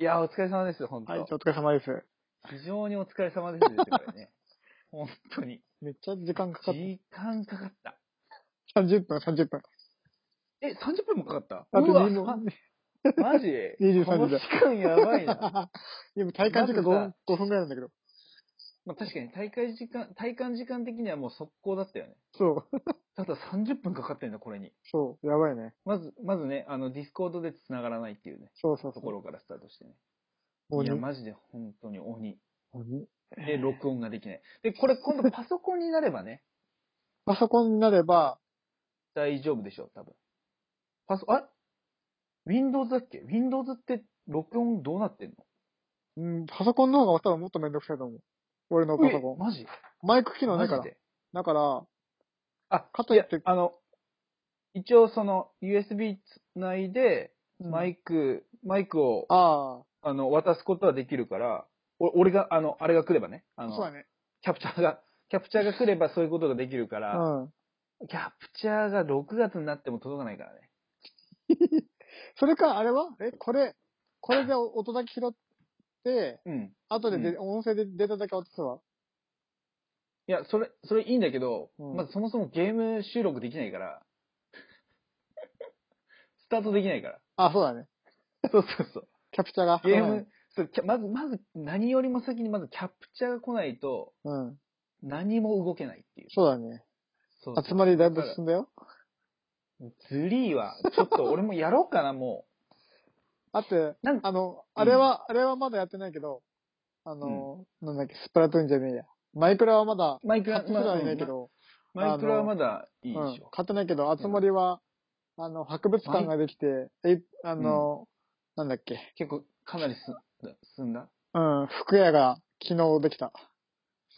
いや、お疲れ様です、本当、はい、お疲れ様です。非常にお疲れ様ですですよ、これ ね。本当に。めっちゃ時間かかっ時間かかった。た。30分、30分。え、30分もかかったあとうわ2ま分。マ ジ23この時時間やばいな。 だ。 今、体感時間まず 5, さ5分ぐらいなんだけど。まあ、確かに大会時間、体感時間的にはもう速攻だったよね。そう。ただ30分かかってんだ、これに。そう。やばいね。まず、まずね、あの、ディスコードで繋がらないっていうね、そうそうとそこう。ろからスタートしてね。い鬼や、マジで本当に鬼。鬼で、録音ができない。で、これ今度パソコンになればね、パソコンになれば、大丈夫でしょう、多分。パソ、あ ?Windows だっけ ?Windows って録音どうなってんうん、パソコンの方が多分もっとめんどくさいと思う。俺ののパソコえマジン。マイク機能なマいからジ。でだから、あ、かといってやあの、一応その USB つないで、うんマイク、マイクを、ああの、渡すことはできるから、お俺が、あの、あれが来ればね、ああ、のそう、だね。キャプチャーが、キャプチャーが来ればそういうことができるかうら、ん。キャプチャーが6月になっても届かないからね。それか、あれはえ、これ、これで音だけ拾って、うん。後でで、音声でデータだけ渡すわ。いや、それ、それいいんだけど、うんまずそもそもゲーム収録できないから、スタートできないから。あ、そうだね。そうそうそう。キャプチャーが。ゲーム、そうキャまず、まず何よりも先にまずキャプチャーが来ないと、うん。うん。何も動けないっていう。そうだね。そう集まりだいぶ進んだよ。ズリーは、ちょっと俺もやろうかな、もあって、なんあの、あれは、あれはまだやってないけど、あの、なんだっけ、スプラトゥーンじゃねえや。マイクラはまだう。、マイク買ラっ、てはいないけど、まあマイクラはまだいいでうんしょ。買ってないけど、集まりは、あの、博物館ができて、え、あの、なんだっけ、結構、かなりす進んだ。うん、服屋が昨日できた。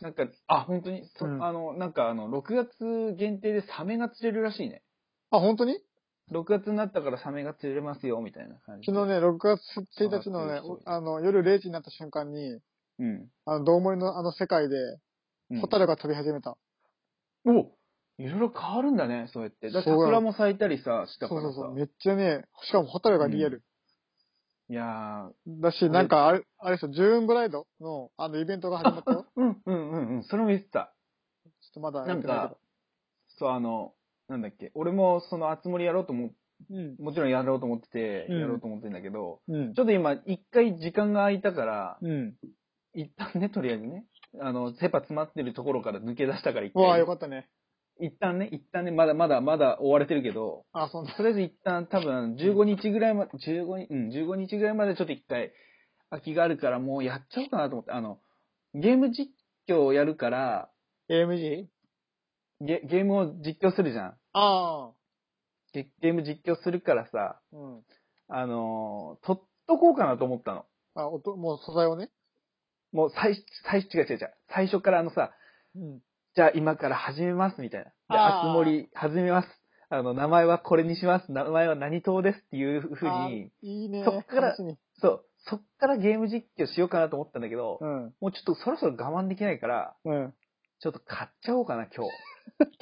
なんか、あ、本当に、そうんあの、なんかあの、6月限定でサメが釣れるらしいね。あ、本当に6月になったからサメが釣れますよ、みたいな感じで。昨日ね、6月1日のねそうそうそう、あの、夜0時になった瞬間に、うん。あの、どうもりのあの世界で、うんホタルが飛び始めた。おいろいろ変わるんだね、そうやって。だってそう桜も咲いたりさ、したかそうらさ。そうそう。めっちゃね、しかもホタルがリアル。いやー、だし、なんかあれ、あれでしょ、ジューンブライドの、あの、イベントが始まっ たよ。ちょうんうんうんうん、それも言ってた。っとまだなやっんてないか、そう、あの、なんだっけ、俺もその、あつ森やろうと思っけど。うん。もちろんやろうと思ってて、うんやろうと思ってんだけど、うんち。ょっと今、一回時間が空いたから、うん。一旦ね、とりあえずね、あの、セパ詰まってるところから抜け出したから一うわあ、回よ、かったね。一旦ね、一旦ね、まだまだまだ追われてるけど、あ、そんな。とりあえず一旦多分15日ぐらいま、15日、うん、15日ぐらいまでちょっと一回空きがあるからもうやっちゃおうかなと思って、あの、ゲーム実況をやるから、 AMG? ゲゲームを実況するじゃん。ああ。ゲゲーム実況するからさ、うん。あのー、撮っとこうかなと思ったの。あ、音、もう素材をね。もう最、最初、違う違う違う。最初からあのさ、うん。じゃあ今から始めますみたいな。で、ああーつ森始めます。あの、名前はこれにします。名前は何党ですっていうふうあに、いいね。そっから楽しみそう、そっからゲーム実況しようかなと思ったんだけど、うん。もうちょっとそろそろ我慢できないから、うん。ちょっと買っちゃおうかな、今日。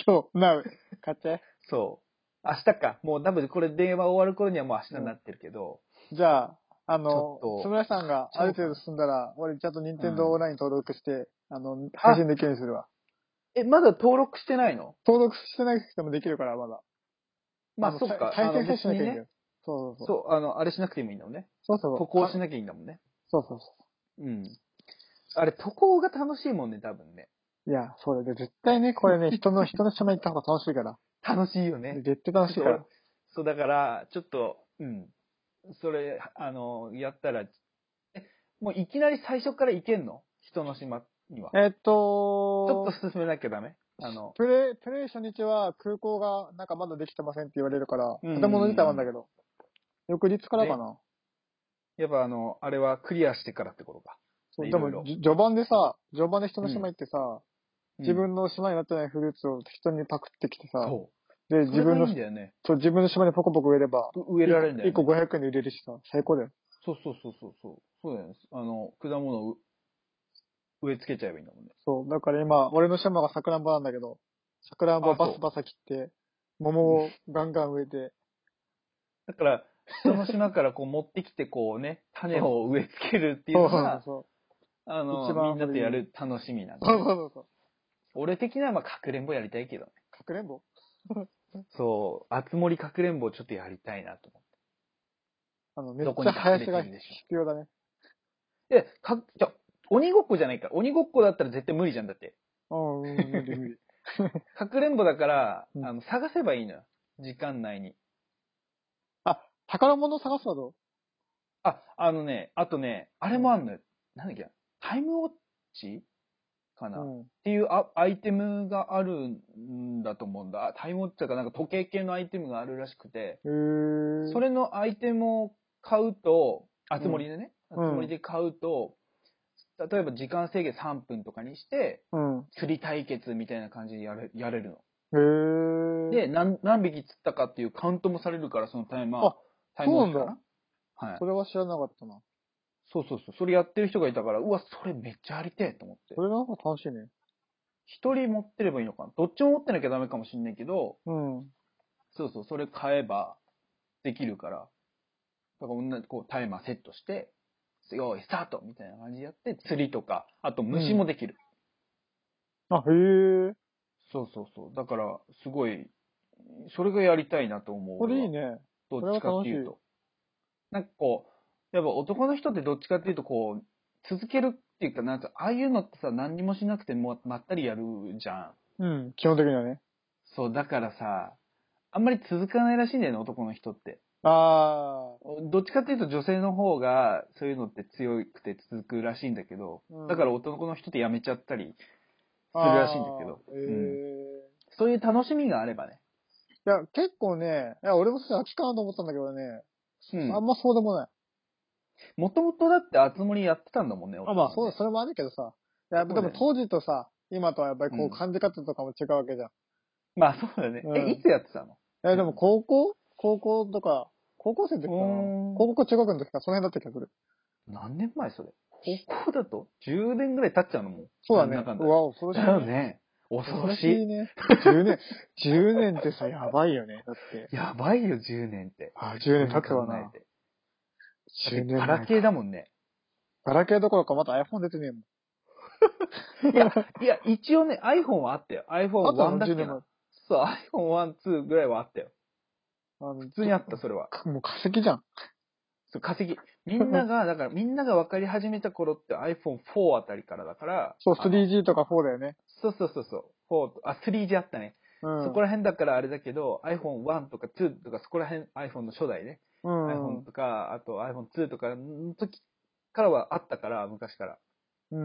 今日、なう。買っちゃえ。そう。明日か。もう多分これ電話終わる頃にはもう明日になってるけど、じゃあ、あちのょっと、つむらさんがある程度進んだら、俺ちゃんと任天堂オンライン登録して、あの、配信できるようにするわ。え、まだ登録してないの登録してなくてもできるから、まだ。まあ、のそっか。対あの戦接種なきゃ別にいけないねよ。そうそうそう。そう、あの、あれしなくてもいいんだもんね。そうそうそう。渡航しなきゃいいんだもんね。そうそうそうん。あれ、渡航が楽しいもんね、多分ね。う。いや、そうだよ。絶対ね、これね、人の、人の島行った方が楽しいから。楽しいよね。絶対楽しいから。そう、だから、ちょっと、うん。それ、あの、やったら、え、もういきなり最初から行けんの人の島には。ちえーっょとっ、と進めなきゃダメあの、プレイ、プレイ初日は空港がなんかまだできてませんって言われるから、うんうんうん建物自体はあんだけど。翌日からかな。やっぱあの、あれはクリアしてからってことか。そういでろいろも、じ序盤でさ、序盤で人の島行ってさ、自分の島になってないフルーツを適当にパクってきてうんさ、そで、う。自自分分のの。いいん、だよね。そう、自分の島にポコポコ植えれば、う植えられるんだよ、 1個ね。 500円で売れるしさ、最高だよ。そうそうそうそうそう。そうだよね。あの、果物をう植え付けちゃえばいいんだもんね。そう、だから今、俺の島がサクランボなんだけど、サクランボあそうバスバサ切って、桃をガンガン植えて、だから、人の島からこう持ってきてこうね、 種を植え付けるっていうのそうそうが、そう。あの、一番みんなとやる楽しみなんでそう。そうそうそう。俺的にはまあ、かくれんぼやりたいけどね。かくれんぼそう、あつ森かくれんぼをちょっとやりたいなと思っあの、めっどこちにゃ隠れて林るがんで必しょ要だね。て。で、か、じゃ、鬼ごっこじゃないか。鬼ごっこだったら絶対無理じゃんだって。うん、うん、無 理無理。かくれんぼだから、うんあの、探せばいいのよ。時間内に。宝物を探すなどあ、あのね、あとね、あれもあんのよ。なんだっけなタイムウォッチかうな、っん。ていうあアイテムがあるんだと思うんだ。あタイムウォッチとかなんか時計系のアイテムがあるらしくて、へーそれのアイテムを買うと、あつ森でね、あつうん森で買うと、例えば時間制限3分とかにして、うん。釣り対決みたいな感じでやれやれるの。へーで、何何匹釣ったかっていうカウントもされるから、そのタイマーあ、タイムウォッチかそうなんなはいそ。れは知らなかったな。そうそうそう。それやってる人がいたから、うわ、それめっちゃありてえと思ってそ。れなんか楽しいね。一人持ってればいいのかな。どっちも持ってなきゃダメかもしんないけど、うん。そうそう、それ買えばできるから。だから同じ、こう、タイマーセットして、よーい、スタートみたいな感じでやって、釣りとか、あと虫もできる。あ、へえ。そうそうそう。だから、すごい、それがやりたいなと思う。これいいね。どっちかっていうと。なんかこう、やっぱ男の人ってどっちかっていうとこう、続けるっていうか、なんか、ああいうのってさ、何にもしなくてもまったりやるじゃん。うん。基本的にはね。そう、だからさ、あんまり続かないらしいんだよね、男の人って。あどっちかっていうと女性の方が、そういうのって強くて続くらしいんだけど、うんだから男の人ってやめちゃったり、あ。するらしいんだけどあーへえ。そういう楽しみがあればね。いや、結構ね、いや、俺もそれ秋かなと思ったんだけどね、うんあんまそうでもない。もともとだってあつ森やってたんだもんね、あ、まあ、そう、す。それもあるけどさ。いや、でそうだよもね当時とさ、今とはやっぱりこうんう感じ方とかも違うわけじゃん。まあそうだね。うんえ、いつやってたのえ、でも高校高校とか、高校生の時かなうん高校か中学の時か、その辺だった気がする。何年前それ高校だと10年ぐらい経っちゃうのもう。そうだね。なんかんうわ、恐ろしいだよね。恐ろしい。ね。10年、10年ってさ、やばいよね。だって。やばいよ、10年って。あ、10年経つわ考な。えて10年ガラ前。ケーだもんね。ガラケーどころかまた iPhone 出てねえもん。いや、いや、一応ね、iPhone はあったよ。あとあ iPhone1 のだっ10け年な前。そう、iPhone1、2ぐらいはあったよ。あの、普普通にあった、それは。た。もう化石じゃん。そう、化石。みんなが、だから、みんなが分かり始めた頃って iPhone4 あたりからだから。そう、あの 3G とか4だよね。そうそうそうそう。4と、あ、3G あったね。うん。そこら辺だからあれだけど、iPhone1 とか2とか、そこら辺 iPhone の初代ね。う iPhone とか、あと iPhone2 とかの時からはあったから、昔から。ん。う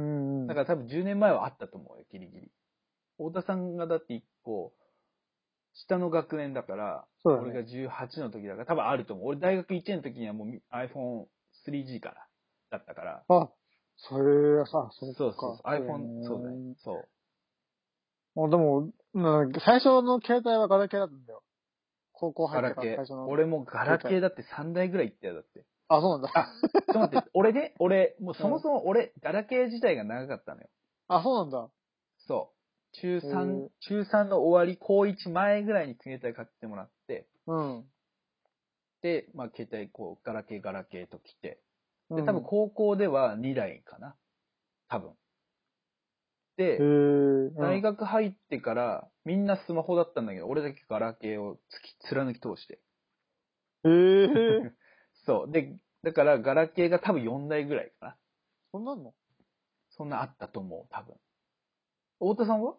ん。だから多分10年前はあったと思うよ、ギリギリ。太田さんがだって1個、下の学年だから、そうだね俺が18の時だから、多分あると思う。俺大学1年の時にはもう iPhone3G から、だったから。あ、それはさ、そそううか。そうそう。iPhone、んそうだね。そう。もうでも、なんか最初の携帯はガラケーだったんだよ。高校入ガっラてかケら最ー初。の。俺もガラケーだって3台ぐらい行ったよ、だって。あ、そうなんだ。ちょっと待って、俺ね、俺、もうそもそも俺、ガラケー自体が長かったのよ。あ、そうなんだ。そう。中へ3ー、中3の終わり、高1前ぐらいに携帯買ってもらって、うん。で、まあ携帯こう、ガラケーガラケーと来て、うで、ん多分高校では2台かな。多分。で、へー大学入ってから、みんなスマホだったんだけど、俺だけガラケーをつき貫き通して。うんへえ。そう。で、だからガラケーが多分4台ぐらいかな。そんなんのそんなあったと思う、多分。太田さんは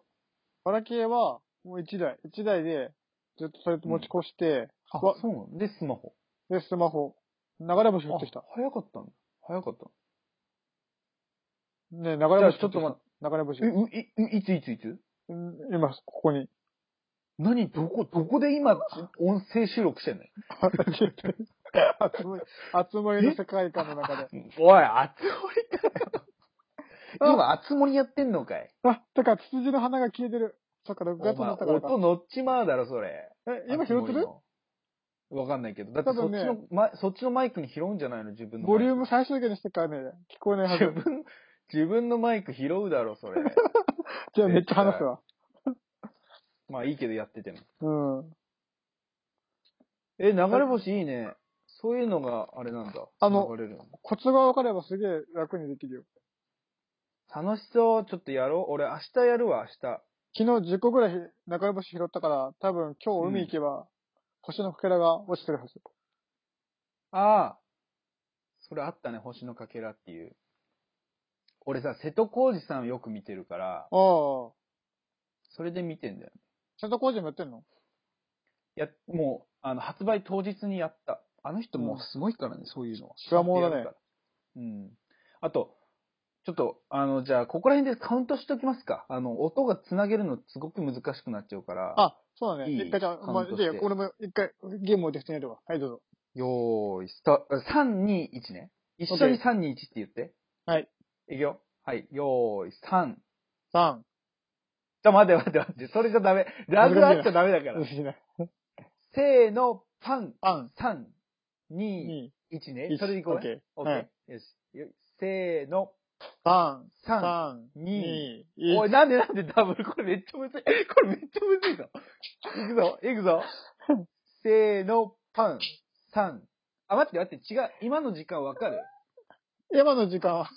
ガラケーは、もう1台、1台で、ずっとそれと持ち越して、あ、わそうなので、スマホ。で、スマホ。流れ星降ってきたあ。早かったんだ。早かった。ね流れじゃあ星ちょっと待って。流れ星え、。う、い、ういついついつうん今、ここ に。何どこ、どこで今、音声収録 してんのあつ森、あつ森の世界観の中で。おい、あつ森かよ。今、あつ森やってんのかいあ、てか、ツツジの花が消えてる。そっか、6お前、月になったからか音。乗っちまうだろ、それ。え、今拾ってるあつ森のわかんないけど。だってそっち多の、分ま、そっちのマイクに拾うんじゃないの自分のマイク。ボリューム最小限にしてっからね、聞こえないは自ず。分、自分のマイク拾うだろ、そ れ。じゃあめっちゃ話 すわ。まあいいけどやってても。うん。え、流れ星いいね。そういうのがあれなんだ。あの流れるだコツが分かればすげえ楽にできるよ。楽しそう。ちょっとやろう。俺明日やるわ、明日。昨日10個ぐらい中居星拾ったから、多分今日海行けば、星のかけらが落ちてるはず。ああ。それあったね、星のかけらっていう。俺さ、瀬戸康史さんよく見てるから、ああ。それで見てんだよ。瀬戸康史もやってんのや、もう、あの、発売当日にやった。あの人もううんすごいからね、そういうのは。しわものだねやるから。うん。あと、ちょっと、あの、じゃあ、ここら辺でカウントしておきますか。あの、音がつなげるのすごく難しくなっちゃうから。あ、そうだね。いい一回じゃあ、カウントまあ、じゃあして俺も一回ゲームを適当にやるわ。はい、どうぞ。よーい、スタ、3、2、1ね。一緒に3、2、1って言って。はい。いくよ。はい。よーい、3。 3。じゃ、待て待て待って。それじゃダメ。ラグあっちゃダメだから。せーの、パン。パン、 3、2、 2、 1 1ね。。それでいこうね。オオッッケー。はケー。い。よし。よいせーの、 3、 3。 3、2二、 1。おい、なんでなんでダブルこれめっちゃむずい。これめっちゃむずいぞ。いくぞ、いくぞ。せーの、パン、3。あ、待って待って、違う。今の時間わかる今の時間は、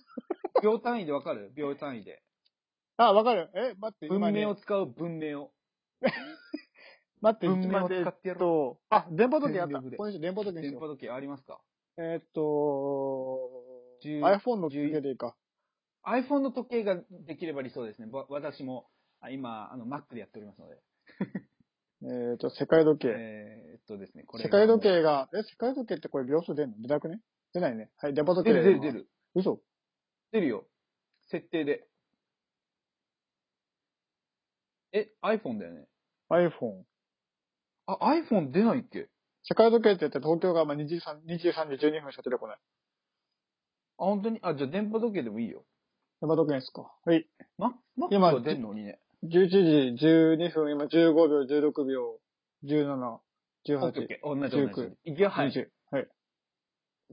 秒単位でわかる秒単位で。あ、わかる。え、待って、文今ね明を使う文明を。 待って、文明今をね使ってえやっろう。と、あ、電波時計あった。全力でこれにしよう電波時計にし電よ波時計ありますかう。えーっと、 10 iPhone の時計でいいか。 ?iPhone の時計ができれば理想ですね。わ私も、あ今、あの、Mac でやっておりますので。えーっと、世界時計。えーっとですね、これ世が。界時計が、え、世界時計ってこれ秒数出んの出なくね出ないね。はい、電波時計出でる出る出。る。嘘出るよ。設定で。え、iPhone だよね。 ?iPhone。あ、iPhone 出ないっけ世界時計って言って東京がまあ2時 ,3 2時3時12分しか出てこない。あ、本当にあ、じゃあ電波時計でもいいよ。電波時計ですか。はい。マ Mac 今が出るのにね。 11時12分、今15秒、16秒、17、オッ18ケーオッ、ケー。同じ同じ。いくよ、はい。 20。はい。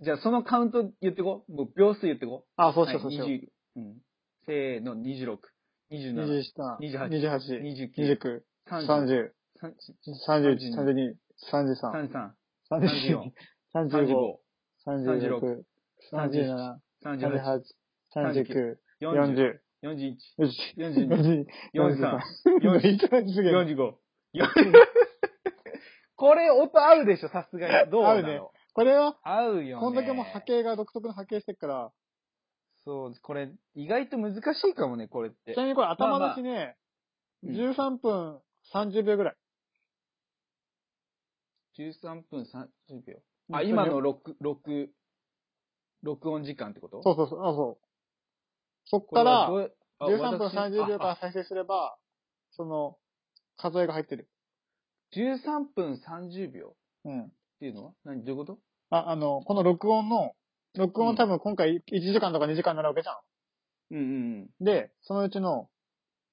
じゃあそのカウント言ってこう。もう秒数言ってこう。あ、そうはしよ、いうそうしよう。 20うん。せーの、26、27、 27、 28 28、 29、 29、 30、 30、 30 31、32 32、 33、 33、 34 34、、 35、 35、 36、37、 38、 38、39、 40、 40、 41、よし42、43 43、45、 45。これ音合うでしょ、さすがに。どうだろこれは、う。合うよね。こんだけもう波形が独特の波形してるから、そう、これ、意外と難しいかもね、これってちな。みにこれ頭出しね、うん13分30秒ぐらい。 13分30秒。あ、今の録、録、録音時間ってことそうそうそう、あ、そう。そっこれかはらど、うあ13分私30秒かあら再生すれば、その、数えが入ってる。あ13分30秒っうん。ていうのは何どういうことあ、あの、この録音の、録音多分今回1時間とか2時間になるわけじゃうんうんうん。ん。で、そのうちの、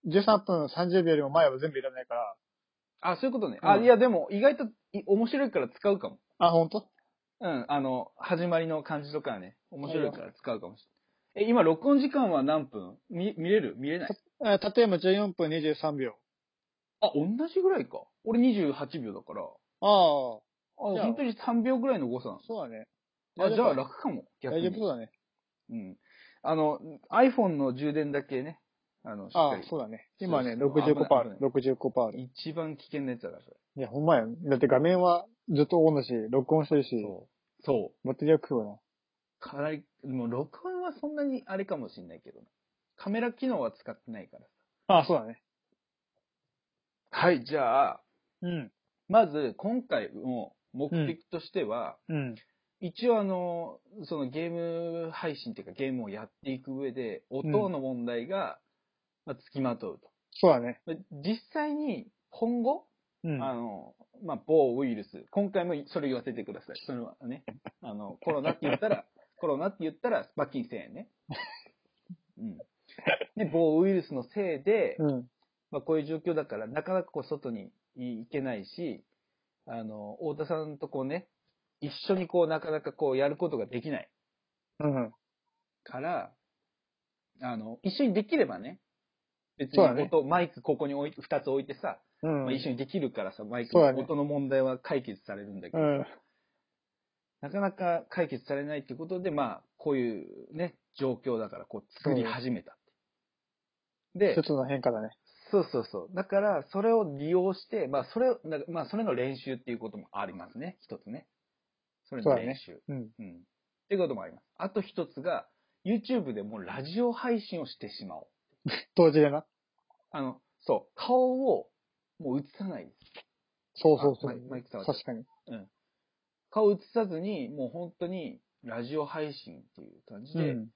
13分30秒よりも前は全部いらないから、あ、そういうことね。うんあ、いや、でも、意外とい面白いから使うかも。あ、ほんとうん、あの、始まりの感じとかはね、面白いから使うかもしれない。え、今、録音時間は何分見、見れる見れないえー、例えば14分23秒。あ、同じぐらいか。俺28秒だから。あ、ああ、じゃあ本当に3秒ぐらいの誤差なんですそうだね。あ、じゃあ大楽かも、逆に。丈夫そうだね。うん。あの、iPhone の充電だけね、あの、しっかああり、。そうだね。今ね、そうそう危ない65%ある危。 65%ある。一番危険なやつだから、それ。いや、ほんまや。だって画面はずっとオンだし、録音してるし、そう。そバッテリーは食うわう。かなり、もう録音はそんなにあれかもしんないけどなカメラ機能は使ってないから。な。ああ、そうだね。はい、じゃあ、うん。まず今回の目的としては、うん。一応あの、そのゲーム配信っていうかゲームをやっていく上で、音の問題が、まあ、付きまとうそうだね。と。実際に今後、うん。あの、まあ、某ウイルス。今回もそれ言わせてください。それはね。あの、コロナって言ったら、 コロナって言ったら、罰金1000円ね。うん。ね、某ウイルスのせいで、うん。まあ、こういう状況だから、なかなかこう、外に行けないし、あの、太田さんとこうね、一緒にこう、なかなかこう、やることができないうん。から、あの、一緒にできればね、別にそうだね音、マイクここに置いて、二つ置いてさ、うん。まあ、一緒にできるからさ、マイクそうだのね音の問題は解決されるんだけうど、ん。なかなか解決されないってことで、まあ、こういうね、状況だから、こう、作り始めたって。で一、つの変化だね。そうそうそう。だから、それを利用して、まあ、それを、なまあ、それの練習っていうこともありますね。一つね。それの練習。うん。うん。っていうこともあります。あと一つが、YouTube でもうラジオ配信をしてしまおう。同時でな。あの、そう、顔をもう映さないです。そうそうそあマイマイうク触。って確かに。顔を映さずに、もう本当にラジオ配信っていう感じうでん。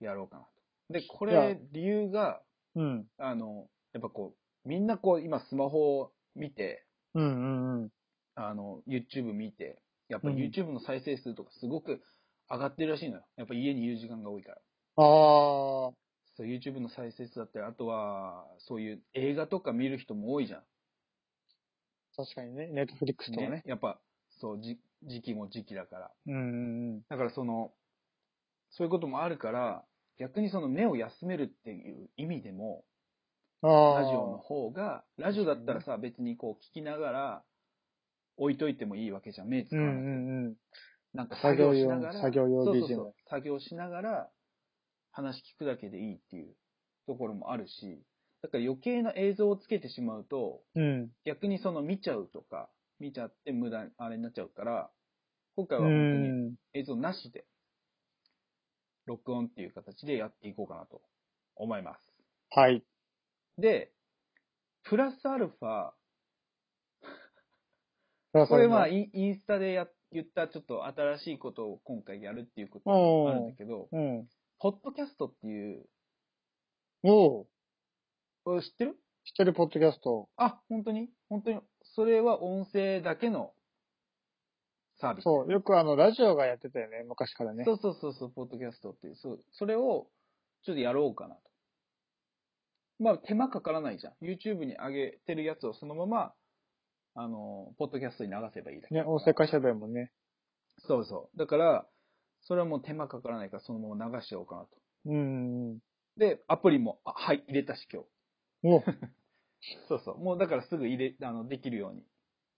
やろうかなと。で、こいやれ、理由が、うん。あの、やっぱこう、みんなこう、今スマホを見て、うんうんうん。あの、YouTube 見て、やっぱうん YouTube の再生数とかすごく上がってるらしいのよ。やっぱ家にいる時間が多いから。ああ。そう、YouTube の再生数だったり、あとは、そういう映画とか見る人も多いじゃん。確かにね。ネットフリックスとかね。やっぱ、そう、じ時期も時期だから。うんうんうん。だからその、そういうこともあるから、逆にその目を休めるっていう意味でも、ああ。ラジオの方が、ラジオだったらさ、別にこう聞きながら、置いといてもいいわけじゃん、目使うわなくてんうんうん。なんか作作業業用しながら、作業用そう BGM そうそう作業しながら、話聞くだけでいいっていうところもあるし、だから余計な映像をつけてしまうと、うん。逆にその見ちゃうとか、見ちゃって無駄に、あれになっちゃうから、今回はう本当にん。映像なしで、録音っていう形でやっていこうかなと思います。はい。で、プラスアルファ、ここれまあ、インインスタでや言ったちょっと新しいことを今回やるっていうこともあるんだけど、うん。ポッドキャストっていう、おう。これ知ってる知ってるポッドキャスト。あ、本当に本当に。それは音声だけのサービス。そう。よくあの、ラジオがやってたよね。昔からね。そうそうそうそう、ポッドキャストっていう。そうそれを、ちょっとやろうかなと。まあ、手間かからないじゃん。YouTube に上げてるやつをそのまま、あの、ポッドキャストに流せばいいだけね、音声会社弁もね。そうそう。だから、それはもう手間かからないから、そのまま流しちゃおうかなと。うんうん。で、アプリも、あはい、入れたし今日。 おう。そうそう。もうだからすぐ入れ、あの、できるように。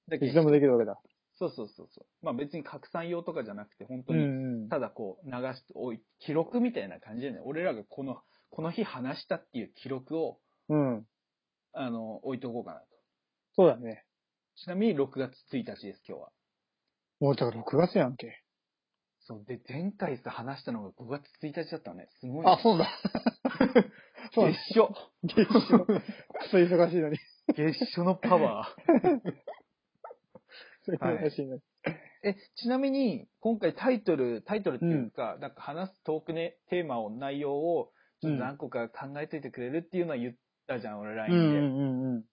だけいつどでもできるわけだ。そうそうそうそう。まあ別に拡散用とかじゃなくて、本当うに、んうん。ただこう流しておい、記録みたいな感じでね、俺らがこの、この日話したっていう記録を、うん。あの、置いとこうかなと。そうだね。ちなみに6月1日です、今日は。もうだから6月やんけ。そう。で、前回さ、話したのが5月1日だったのね。すごいね、あ、そう だ。そうだ。月初。 月初。くそ忙しいのに。月初のパワくそ忙しいのに。 ー。え、ちなみに、今回タイトル、タイトルっていうか、なんか話すトークね、テーマを、内容を、ちょっと何個か考えといてくれるっていうのは言ったじゃん、俺 LINE うで。んうんうんうん。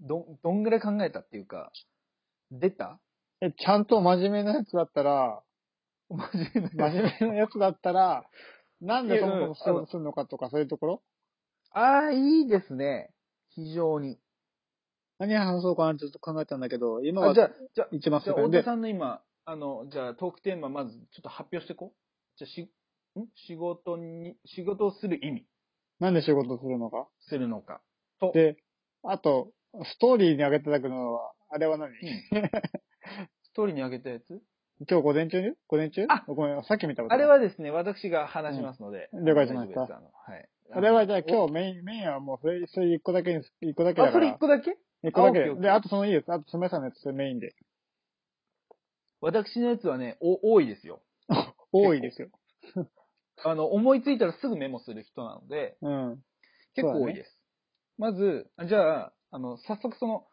ど、どんぐらい考えたっていうか、出たえ、ちゃんと真面目なやつだったら、マジで。真面目なやつだったら、なんでそもそもそうするのかとか、そういうところああ、いいですね。非常に。何話そうかなってちょっと考えたんだけど、今あはじゃあ、じゃあ、一番じゃ世あ、界太田で、さんの今、あの、じゃあ、トークテーマ、まず、ちょっと発表していこう。じゃあ、し、ん仕事に、仕事をする意味、なんで仕事するのかするのか。と、で、あと、ストーリーに上げてただくのは、あれは何うん。ストーリーにあげたやつ今日午前中に午前中あごめん、さっき見たことあれ、はですね、私が話しますので。うん了解しました大丈夫ですあのはい。あれはじゃあ日。今日メイン、メインはもうそれ、それ一個だけに、一個だけあ、だそかれ一ら。個だけ一個だあオッケーけオッケーで、あとそのいいやつ、あとすみませんのやつ、それメインで。私のやつはね、お、多いですよ。多いですよ。あの、思いついたらすぐメモする人なので、うん。結構多いです。まず、じゃあ、あの、早速その、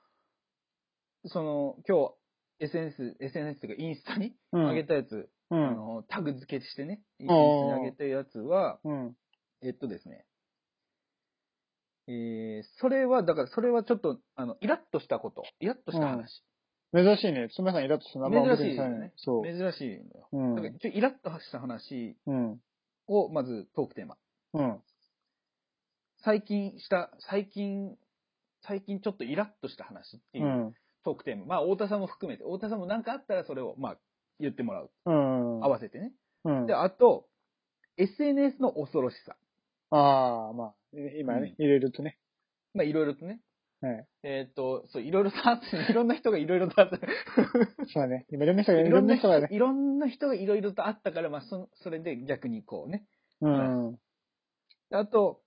その、今日、SNS、SNS というかインスタにう上げん。たやつ、うあん。の、タグ付けしてね、インスあターに上げたやつは、うん。えっとですね、えー、それは、だからそれはちょっと、あの、イラッとしたこと、イラッとした話。珍しいね。すみません、イラッとするのあん珍ましいよね僕にさそ珍しいのよ。う。うだからん。ちょイラッとした話うん。を、まずトークテーマ。うん。最近した、最近、最近ちょっとイラッとした話っていうう、ん。トークテーマ。まあ、太田さんも含めて、太田さんも何かあったらそれを、まあ、言ってもらう。うん。合わせてね。うんで、。あと、SNS の恐ろしさ。ああ、まあ、今ね、いろいろとね。まあ、いろいろとね。はい。えっ、と、そう、いろいろさ、 いろんな人がいろいろとあった。そうだね。今いろんな人が、い いろろんんなな人人がが、ね。いろんな人がいろいろとあったから、まあ、その、それで逆にこうね。うん。うあと、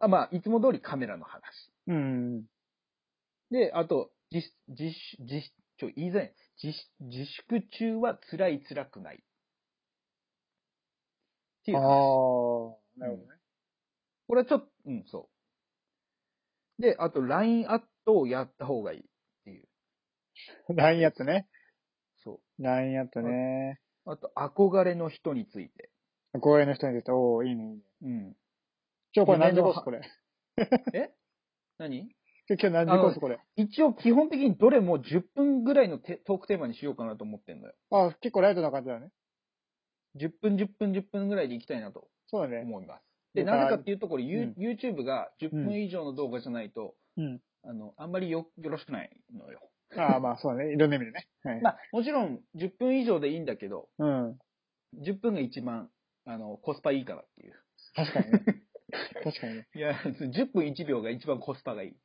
あまあ、いつも通りカメラの話。ん。で、あと、自、自、自、ちょ、言いづらい。自、自粛中は辛い辛くない。っていうああ。なる話。ほどね。これはちょっと、うん、そう。で、あと、LINE アットをやった方がいい。 LINE やつね。そ LINE やつね。う。あと、憧れの人について。公園の人に出て、おおいいね。いいねうん。今日これ何時コースこれ。何今日何時コースこれ。一応基本的にどれも10分ぐらいのテトークテーマにしようかなと思ってんのよ。ああ、結構ライトな感じだね。 10分、10分、10分ぐらいでいきたいなとそうだね。思います。で、了な解ぜかっていうと、これ、ユーう YouTube が10分以上の動画じゃないと、うん。あの、あんまりよ、よろしくないのよ。ああ、まあそうだね。いろんな意味でね。はい。まあ、もちろん10分以上でいいんだけど、うん。 10分が一番、あの、コスパいいからっていう。確かにね。 確かにね。いや、10分1秒が一番コスパがいい。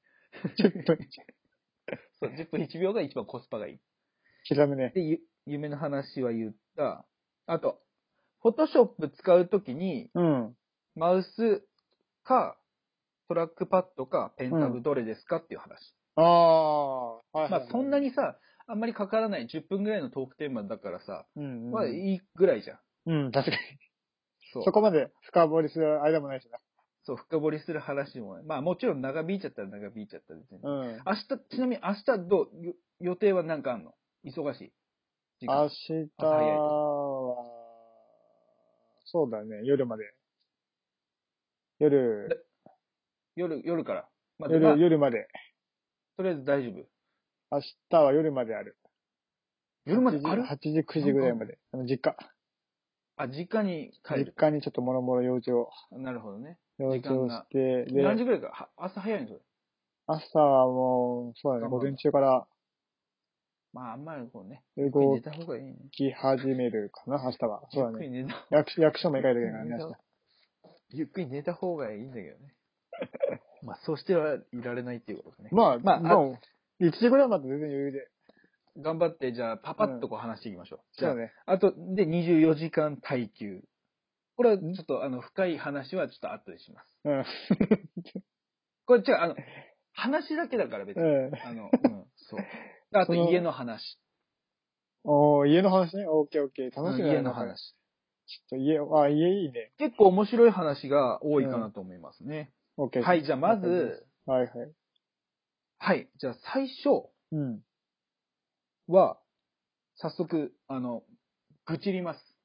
10分。そう、10分1秒が一番コスパがいい。刻むね。で、ゆ夢の話は言った。あと、フォトショップ使うときに、うん。マウスか、トラックパッドか、ペンタブどれですかっていう話。ああ。はいはいまはいあ、そんな。にさ、あんまりかからない10分ぐらいのトークテーマだからさ、うんうん。まあ、いいぐらいじゃん。うん、確かに。そうそ。こまで深掘りする間もないしな。そう、深掘りする話もない。まあ、もちろん長引いちゃったら長引いちゃったで全然。うん。明日、ちなみに明日どう、よ予定は何かあんの忙しい。時間明日は、そうだね、夜まで。夜、夜、夜から。まあ、まあ夜、夜まで。とりあえず大丈夫。明日は夜まである。夜まである ?8 時、9時ぐらいまで。あの、実家。あ、実家に帰実る。家にちょっともろもろ用事を、なるほどね。用事をして、で、何時ぐらいからは朝早いのそれ。朝はもう、そうだね、午前中からまあ、あんまりこうね。ゆっくり動寝た方がいいね。き始めるかな、明日は。そゆっうだくね。り寝た。役役所も行かないといけないからね、明日。 ゆっくり寝た方がいいんだけどね。 まあ、そうしてはいられないっていうことですね。まあ、ままああ、もう、1時ぐらいまで全然余裕で。頑張って、じゃあ、パパッとこう話していきましょう。じゃそあう、ね。あと、で、24時間耐久。これは、ちょっと、あの、深い話はちょっと後でします。うん。これ、違う、あの、 話だけだから別に。うん。あ の、うん、そう。であと、その家の話。おー、家の話ね。オッケーオッケー。楽しみうんだね家のなんか話。ちょっと家、あ、家いいね。結構面白い話が多いかなと思いますね。オッケー。。はいい、じゃあ、まず、はいはい。はい、じゃあ、最初うん。は、早速、あの、愚痴ります。